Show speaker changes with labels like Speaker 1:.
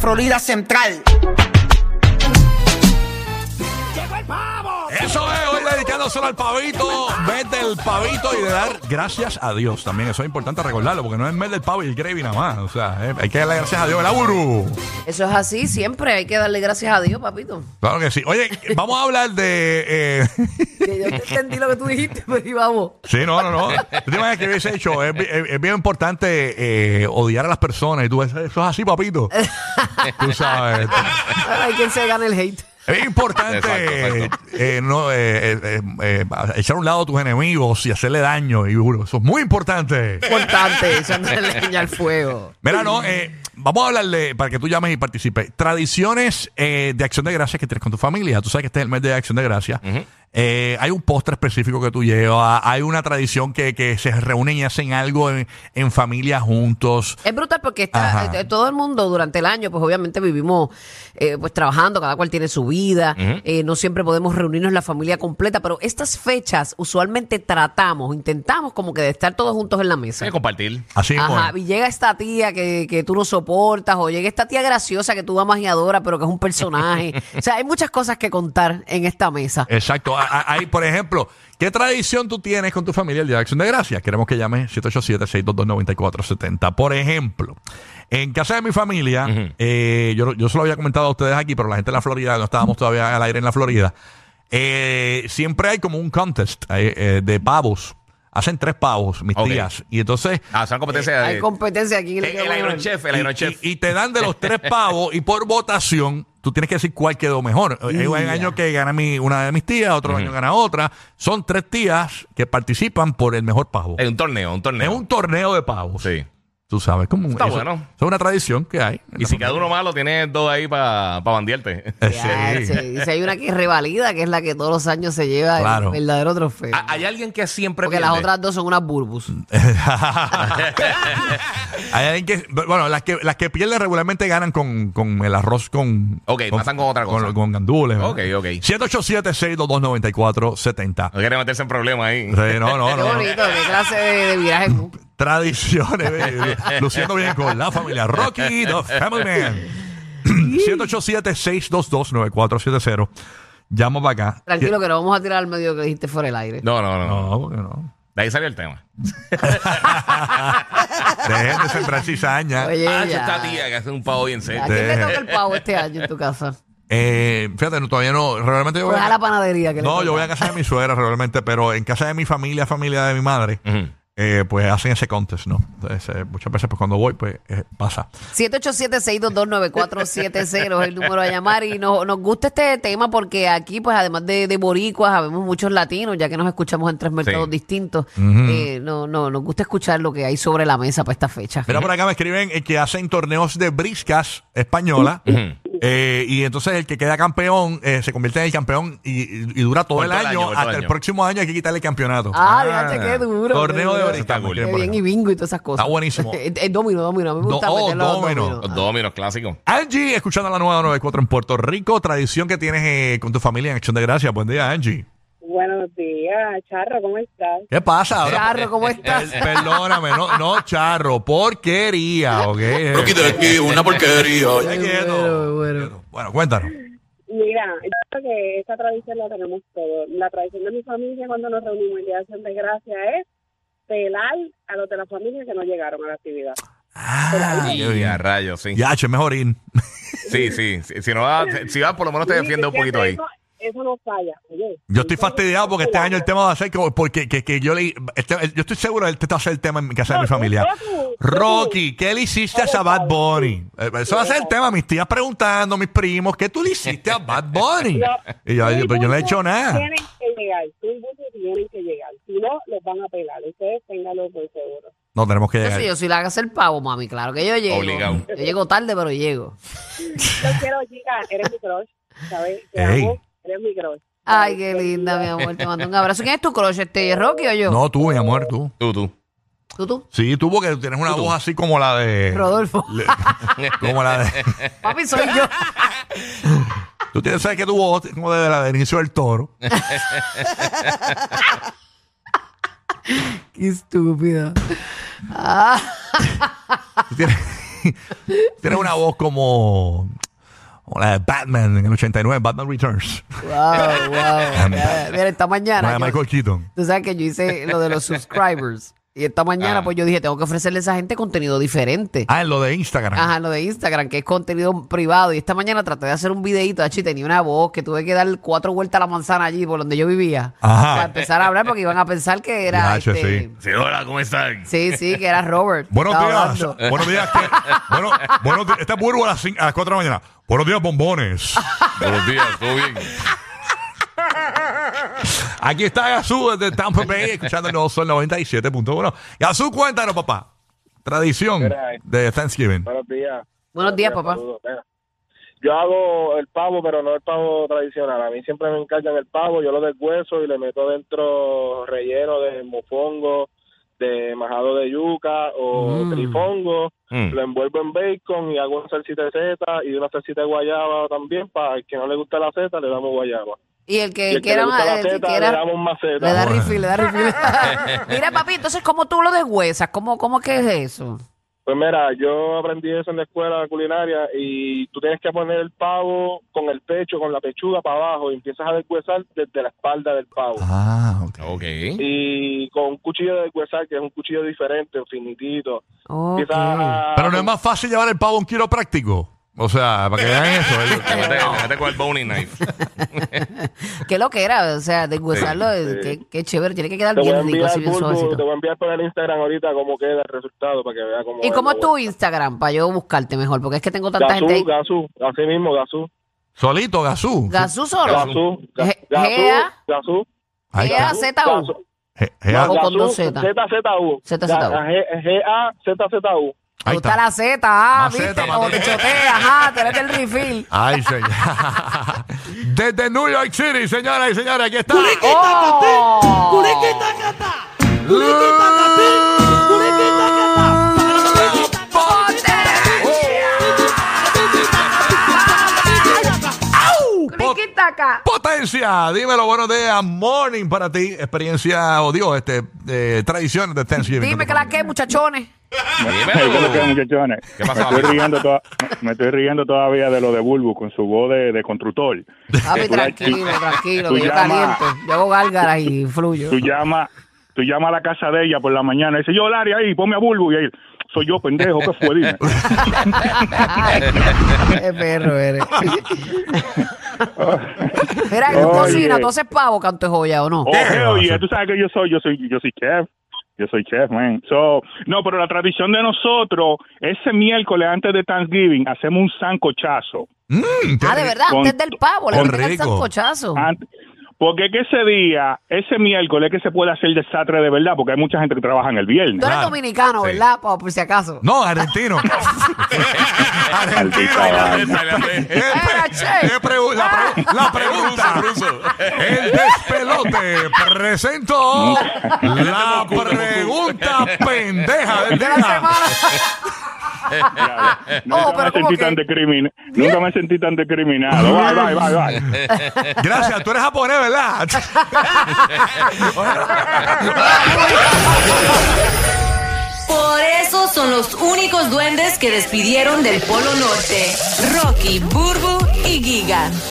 Speaker 1: Florida Central.
Speaker 2: Eso es, hoy dedicándoselo al pavito, mes del pavito y de dar gracias a Dios también. Eso es importante recordarlo, porque no es mes del pavo y el gravy nada más. O sea, eh, hay que darle gracias a Dios, el aburu.
Speaker 3: Eso es así, siempre hay que darle gracias a Dios, papito.
Speaker 2: Claro que sí. Oye, vamos a hablar de. eh,
Speaker 3: Que yo te entendí lo que tú dijiste, pero y vamos.
Speaker 2: Sí, no, no, no. ¿Tú te imaginas que hubiese hecho? Es, bi- es- es bien importante eh, odiar a las personas. Y tú, eso es así, papito. Tú sabes.
Speaker 3: Hay quien se gana el hate.
Speaker 2: Es importante
Speaker 4: Exacto, exacto.
Speaker 2: eh, no, eh, eh, eh, eh, echar a un lado a tus enemigos y hacerle daño. Y juro, eso es muy importante.
Speaker 3: Importante, echándole leña al fuego.
Speaker 2: Mira, no, eh, vamos a hablarle para que tú llames y participes. Tradiciones eh, de acción de gracias que tienes con tu familia. Tú sabes que este es el mes de acción de gracias. Eh, hay un postre específico que tú llevas. Hay una tradición que, que se reúnen y hacen algo en, en familia juntos.
Speaker 3: Es brutal porque está,
Speaker 2: Ajá.
Speaker 3: eh, todo el mundo durante el año, pues obviamente vivimos eh, pues trabajando, cada cual tiene su vida, eh, no siempre podemos reunirnos la familia completa, pero estas fechas usualmente tratamos, intentamos como que de estar todos juntos en la mesa.
Speaker 4: Hay que compartir.
Speaker 2: Así
Speaker 3: Ajá,
Speaker 2: bueno.
Speaker 3: y llega esta tía que, que tú no soportas, o llega esta tía graciosa que tú amas y adoras, pero que es un personaje. o sea, hay muchas cosas que contar en esta
Speaker 2: Eh,
Speaker 3: mesa.
Speaker 2: Exacto. A- a- Hay, por ejemplo, ¿qué tradición tú tienes con tu familia el Día de Acción de Gracias? Queremos que llames 787-622-9470. Por ejemplo, en casa de mi familia, eh, yo, yo se lo había comentado a ustedes aquí, pero la gente de la Florida, no estábamos todavía al aire en la Florida, eh, siempre hay como un contest eh, eh, de pavos. Hacen tres pavos, mis
Speaker 4: Ok.
Speaker 2: tías. Y entonces...
Speaker 4: Ah, son competencias de.
Speaker 3: Eh,
Speaker 4: Eh,
Speaker 3: hay competencia aquí. en
Speaker 4: el, el Iron Chef, el
Speaker 2: y-
Speaker 4: Iron
Speaker 2: y,
Speaker 4: Chef.
Speaker 2: y te dan de los tres pavos y por votación tú tienes que decir cuál quedó mejor.
Speaker 4: Mm,
Speaker 2: Hay un año que gana mi, una de mis tías, otro año gana otra. Son tres tías que participan por el mejor pavo.
Speaker 4: Es un torneo, un
Speaker 2: Es
Speaker 4: torneo.
Speaker 2: un torneo de pavos.
Speaker 4: Sí.
Speaker 2: Tú sabes cómo
Speaker 4: Está
Speaker 2: eso-
Speaker 4: bueno.
Speaker 2: eso es una tradición que hay.
Speaker 4: Y si cada uno malo, tienes dos ahí para pa bandearte.
Speaker 2: Eh, sí.
Speaker 3: Ya, se- dice, hay una que es revalida, que es la que todos los años se lleva
Speaker 2: Claro.
Speaker 3: el verdadero trofeo.
Speaker 4: Ah, Hay alguien que siempre
Speaker 3: Porque
Speaker 4: pierde.
Speaker 3: las otras dos son unas burbus.
Speaker 2: Mm, Hay alguien que- bueno, las que, las que pierden regularmente ganan con, con el arroz con.
Speaker 4: Ok, pasan con otra cosa.
Speaker 2: Con, con gandules.
Speaker 4: Ok,
Speaker 2: ¿verdad?
Speaker 4: ok.
Speaker 2: 787-622-9470.
Speaker 4: No quieren meterse en problemas ahí.
Speaker 2: Sí, No, no,
Speaker 3: Qué
Speaker 2: no. no.
Speaker 3: bonito, qué clase de, de viraje. tú.
Speaker 2: tradiciones, eh, luciendo bien con la familia Rocky, The Family Man. 787-622-9470. Llamo para acá.
Speaker 3: Tranquilo, que lo vamos a tirar al medio que dijiste fuera el aire.
Speaker 4: No, no, no, no.
Speaker 2: No, porque no.
Speaker 4: De ahí salió el tema.
Speaker 2: Dejen de sembrar cizaña.
Speaker 3: Oye,
Speaker 4: ah,
Speaker 3: ya.
Speaker 4: esta tía que hace un pavo bien serio.
Speaker 3: ¿A quién le toca el pavo este año en tu casa?
Speaker 2: Eh, fíjate, no, todavía no. Realmente yo voy
Speaker 3: Pues a
Speaker 2: a,
Speaker 3: la panadería. Que le
Speaker 2: No,
Speaker 3: toca.
Speaker 2: yo voy a casa de mi suegra, realmente, pero en casa de mi familia, familia de mi madre.
Speaker 4: Ujú.
Speaker 2: eh, pues hacen ese contest, ¿no? Entonces, eh, muchas veces pues cuando voy, pues eh, pasa.
Speaker 3: 787-622-9470 es el número a llamar y nos, nos gusta este tema porque aquí, pues además de, de boricuas, habemos muchos latinos, ya que nos escuchamos en tres mercados
Speaker 4: Sí.
Speaker 3: distintos. Eh, no, no, nos gusta escuchar lo que hay sobre la mesa para esta fecha.
Speaker 2: Mira, por acá me escriben eh, que hacen torneos de briscas española. eh, y entonces el que queda campeón eh, se convierte en el campeón y, y- y dura todo
Speaker 4: Por
Speaker 2: el
Speaker 4: todo el
Speaker 2: año.
Speaker 4: año, por todo
Speaker 2: hasta
Speaker 4: el
Speaker 2: el
Speaker 4: año.
Speaker 2: próximo año hay que quitarle el campeonato.
Speaker 3: Ah, déjate, qué duro.
Speaker 2: Torneo
Speaker 3: qué
Speaker 2: de
Speaker 3: duro.
Speaker 2: briscas. me
Speaker 4: Está cool.
Speaker 2: escriben
Speaker 3: Qué
Speaker 2: por
Speaker 3: bien,
Speaker 2: acá.
Speaker 3: y bingo y todas esas cosas.
Speaker 2: Está buenísimo.
Speaker 3: Eh, eh, domino, domino. A mí me
Speaker 2: Do-
Speaker 3: gusta
Speaker 2: oh,
Speaker 3: meterlo a los
Speaker 2: domino.
Speaker 3: dominos.
Speaker 4: Los dominos clásicos.
Speaker 2: Angie, escuchando la nueva 94 en Puerto Rico, tradición que tienes eh, con tu familia en Acción de Gracias. Buen día, Angie.
Speaker 5: Buenos días, Charro, ¿cómo estás?
Speaker 2: ¿Qué pasa? Ahora-
Speaker 3: Charro, ¿cómo estás?
Speaker 2: Per- perdóname, no, no, charro, porquería, ¿ok?
Speaker 6: Rocky de aquí, una porquería.
Speaker 2: Ay, quieto.
Speaker 3: Bueno, bueno.
Speaker 2: Quieto. Bueno, cuéntanos.
Speaker 5: Mira, yo creo que esta tradición la tenemos todos. La tradición de mi familia cuando nos reunimos en Día de Acción de Gracia es pelar a los de la familia que no llegaron a la actividad.
Speaker 2: Ah, qué
Speaker 4: Y a
Speaker 2: bien.
Speaker 4: rayos, sí.
Speaker 2: Ya, che, mejorín.
Speaker 4: Sí, sí. Si, si no vas, si vas, por lo menos te
Speaker 5: Oye,
Speaker 4: defiende un
Speaker 5: que
Speaker 4: poquito ahí.
Speaker 5: Eso, eso no falla, oye.
Speaker 2: Yo estoy
Speaker 5: Entonces,
Speaker 2: fastidiado porque este año el tema va a ser que, porque que, que yo le este- yo estoy seguro de que este va a ser el tema en mi casa de mi familia.
Speaker 5: Rocky,
Speaker 2: Rocky, ¿qué le hiciste a Bad Bunny? Eh, Eso va a ser el tema, mis tías preguntando, mis primos, ¿qué tú le hiciste a Bad Bunny? Y yo,
Speaker 5: los
Speaker 2: yo- pero yo no he hecho
Speaker 5: buses
Speaker 2: nada.
Speaker 5: Tienen que llegar, tú y buses tienen que llegar. Si no, los van a pelar. Ustedes ténganlo por seguro.
Speaker 2: No tenemos que
Speaker 3: Yo
Speaker 2: llegar.
Speaker 3: sí, yo sí la hagas el pavo, mami. Claro que yo llego.
Speaker 4: Obligado.
Speaker 3: Yo llego tarde, pero llego.
Speaker 5: Yo quiero, chica, eres mi crush, ¿sabes? Te
Speaker 2: Ey.
Speaker 5: amo, eres mi crush.
Speaker 3: Ay, qué linda, mi amor. Te mando un abrazo. ¿Quién es tu crush? ¿Este Rocky o yo?
Speaker 2: No, tú, mi amor, tú.
Speaker 4: Tú, tú.
Speaker 3: ¿Tú, tú?
Speaker 2: Sí, tú porque tienes una voz así como la de
Speaker 3: Rodolfo.
Speaker 2: le- como la de
Speaker 3: Papi, soy yo.
Speaker 2: Tú tienes sabes que tu voz es como de la de inicio del toro.
Speaker 3: Qué estúpida.
Speaker 2: Tú tienes- Tienes una voz como, como la de Batman en el 89, Batman Returns.
Speaker 3: Wow, wow. Mira, mira, esta
Speaker 2: Como la
Speaker 3: mañana.
Speaker 2: de
Speaker 3: yo-
Speaker 2: Michael Keaton.
Speaker 3: tú sabes que yo hice lo de los subscribers. Y esta mañana,
Speaker 4: Ah.
Speaker 3: pues yo dije, tengo que ofrecerle a esa gente contenido diferente.
Speaker 2: Ah, en lo de Instagram.
Speaker 3: Ajá, lo de Instagram, que es contenido privado. Y esta mañana traté de hacer un videíto, achi, tenía una voz que tuve que dar cuatro vueltas a la manzana allí por donde yo vivía.
Speaker 2: Ajá.
Speaker 3: Para empezar a hablar porque iban a pensar que era.
Speaker 2: Yache,
Speaker 3: este,
Speaker 4: Sí, hola, ¿cómo están?
Speaker 3: sí. sí, que era Robert.
Speaker 2: Buenos
Speaker 3: Estaba
Speaker 2: días.
Speaker 3: hablando.
Speaker 2: Buenos días. que- bueno, buenos días. Este es Burbu a las, cin- a las 4 de la mañana. Buenos días, bombones.
Speaker 4: Buenos días, ¿todo bien?
Speaker 2: Aquí está Gazú desde Tampa Bay, escuchando el nuevo Sol 97.1. Gazú, cuéntanos, papá. Tradición
Speaker 1: Mira, eh.
Speaker 2: de Thanksgiving.
Speaker 1: Buenos días.
Speaker 3: Buenos días, papá.
Speaker 1: saludos. Mira, Yo hago el pavo, pero no el pavo tradicional. A mí siempre me encargan el pavo, yo lo deshueso y le meto dentro relleno de mofongo, de majado de yuca o
Speaker 3: Mm.
Speaker 1: trifongo.
Speaker 4: Mm.
Speaker 1: Lo envuelvo en bacon y hago una salsita de seta y una salsita de guayaba también. Para el que no le gusta la seta, le damos guayaba.
Speaker 3: Y el
Speaker 1: Y
Speaker 3: que
Speaker 1: el que le
Speaker 3: quiera.
Speaker 1: gusta la
Speaker 3: Eh, el que
Speaker 1: seta,
Speaker 3: quiera-
Speaker 1: le damos más
Speaker 3: Le da
Speaker 1: seta.
Speaker 2: Bueno.
Speaker 3: refill, le da refill. Mira, papi, entonces, ¿cómo tú lo deshuesas? ¿Cómo, cómo que es eso?
Speaker 1: Pues mira, yo aprendí eso en la escuela culinaria y tú tienes que poner el pavo con el pecho, con la pechuga para abajo y empiezas a deshuesar desde la espalda del pavo.
Speaker 2: Ah, ok.
Speaker 4: Ok.
Speaker 1: Y con un cuchillo de deshuesar, que es un cuchillo diferente, finitito.
Speaker 3: Ok.
Speaker 1: Empiezas a-
Speaker 2: Pero no es más fácil llevar el pavo a un quiropráctico. O sea, para que vean eso. ¿eh? ellos-
Speaker 4: Te mete, te mete con el boning knife.
Speaker 3: ¿Qué lo que era? O sea, deshuesarlo, eh, qué, qué chévere. Tiene que quedar
Speaker 1: Te voy a
Speaker 3: bien rico,
Speaker 1: enviar,
Speaker 3: así bien
Speaker 1: Bulbo, te
Speaker 3: suavecito.
Speaker 1: voy a enviar por el Instagram ahorita cómo queda el resultado para que vea cómo...
Speaker 3: ¿Y
Speaker 1: es
Speaker 3: cómo
Speaker 1: la
Speaker 3: es tu Instagram para yo buscarte mejor? Porque es que tengo tanta
Speaker 1: Gasú,
Speaker 3: gente ahí.
Speaker 1: Gasú, así mismo, Gasú.
Speaker 2: Solito, Gazú.
Speaker 3: Gasú solo.
Speaker 1: Gasú, Ga-
Speaker 3: Je-
Speaker 1: Gasú,
Speaker 3: Gea.
Speaker 1: Gasú.
Speaker 2: Ahí
Speaker 3: Gea,
Speaker 2: está.
Speaker 3: Z,
Speaker 1: Gasú,
Speaker 3: U.
Speaker 1: Gasú.
Speaker 2: Je- Gea-
Speaker 3: O con dos Z.
Speaker 1: Z-Z-U.
Speaker 3: Z, Z, U.
Speaker 1: G-A-Z-Z-U.
Speaker 3: Me
Speaker 2: Ahí
Speaker 3: gusta
Speaker 2: está.
Speaker 3: la Z, ah,
Speaker 2: Más
Speaker 3: viste,
Speaker 2: zeta, más
Speaker 3: como te
Speaker 2: zeta.
Speaker 3: chotea, ajá, te eres el refill.
Speaker 2: Ay, señor. Desde New York City, señoras y señores, aquí está.
Speaker 3: ¡Oh! Criquitaca.
Speaker 2: Potencia, dímelo, buenos días, morning para ti, experiencia o Dios, este, eh, tradiciones de Thanksgiving.
Speaker 3: Dime que la que, muchachones.
Speaker 7: Hey, ¿qué es lo que es,
Speaker 4: Dímelo.
Speaker 7: muchachones?
Speaker 4: ¿Qué pasa,
Speaker 7: me,
Speaker 4: amigo?
Speaker 7: estoy riendo toda- me estoy riendo todavía de lo de Bulbu con su voz de, de constructor.
Speaker 3: Papi,
Speaker 7: Tú la-
Speaker 3: tranquilo, tranquilo,
Speaker 7: tú
Speaker 3: que yo
Speaker 7: llama-
Speaker 3: caliento. Yo hago gárgaras y fluyo.
Speaker 7: Tú llamas tú llama a la casa de ella por la mañana y dices, yo, Larry, ahí, ponme a Bulbu. Y ahí, soy yo, pendejo, ¿qué fue? Dime.
Speaker 3: Ay, qué perro eres. Mira, tú
Speaker 7: Oye.
Speaker 3: cocinas, tú haces pavo, canto de joya o no.
Speaker 7: Oh,
Speaker 2: Damn.
Speaker 7: hell yeah. Tú sabes que yo soy, yo soy, yo soy chef. Yo soy chef, man. So, no, pero la tradición de nosotros, ese miércoles antes de Thanksgiving, hacemos un sancochazo.
Speaker 2: Mm, qué
Speaker 3: ah, de
Speaker 2: rico.
Speaker 3: verdad,
Speaker 7: con- Ah,
Speaker 3: antes del pavo, le
Speaker 2: con
Speaker 3: meten el
Speaker 2: rico.
Speaker 3: sancochazo.
Speaker 7: Ant- porque es que ese día, ese miércoles, es que se puede hacer desastre de verdad, porque hay mucha gente que trabaja en el viernes.
Speaker 3: Tú eres
Speaker 2: claro.
Speaker 3: dominicano,
Speaker 4: Sí.
Speaker 3: ¿verdad? Pa- por si acaso.
Speaker 2: No, argentino. argentino. Eh, pre-
Speaker 3: che. Ah.
Speaker 2: eh, pregu- la, pregu- la pregunta, el despelote, presento la pregunta pendeja del
Speaker 3: De la
Speaker 2: día.
Speaker 3: semana.
Speaker 7: Diablo.
Speaker 3: Oh,
Speaker 7: Nunca
Speaker 3: pero ¿cómo
Speaker 7: me sentí
Speaker 3: que?
Speaker 7: tan discrimin- Nunca me sentí tan discriminado. Bye, bye, bye, bye.
Speaker 2: Gracias, tú eres japonés, ¿verdad?
Speaker 8: Por eso son los únicos duendes que despidieron del Polo Norte. Rocky, Burbu y Giga.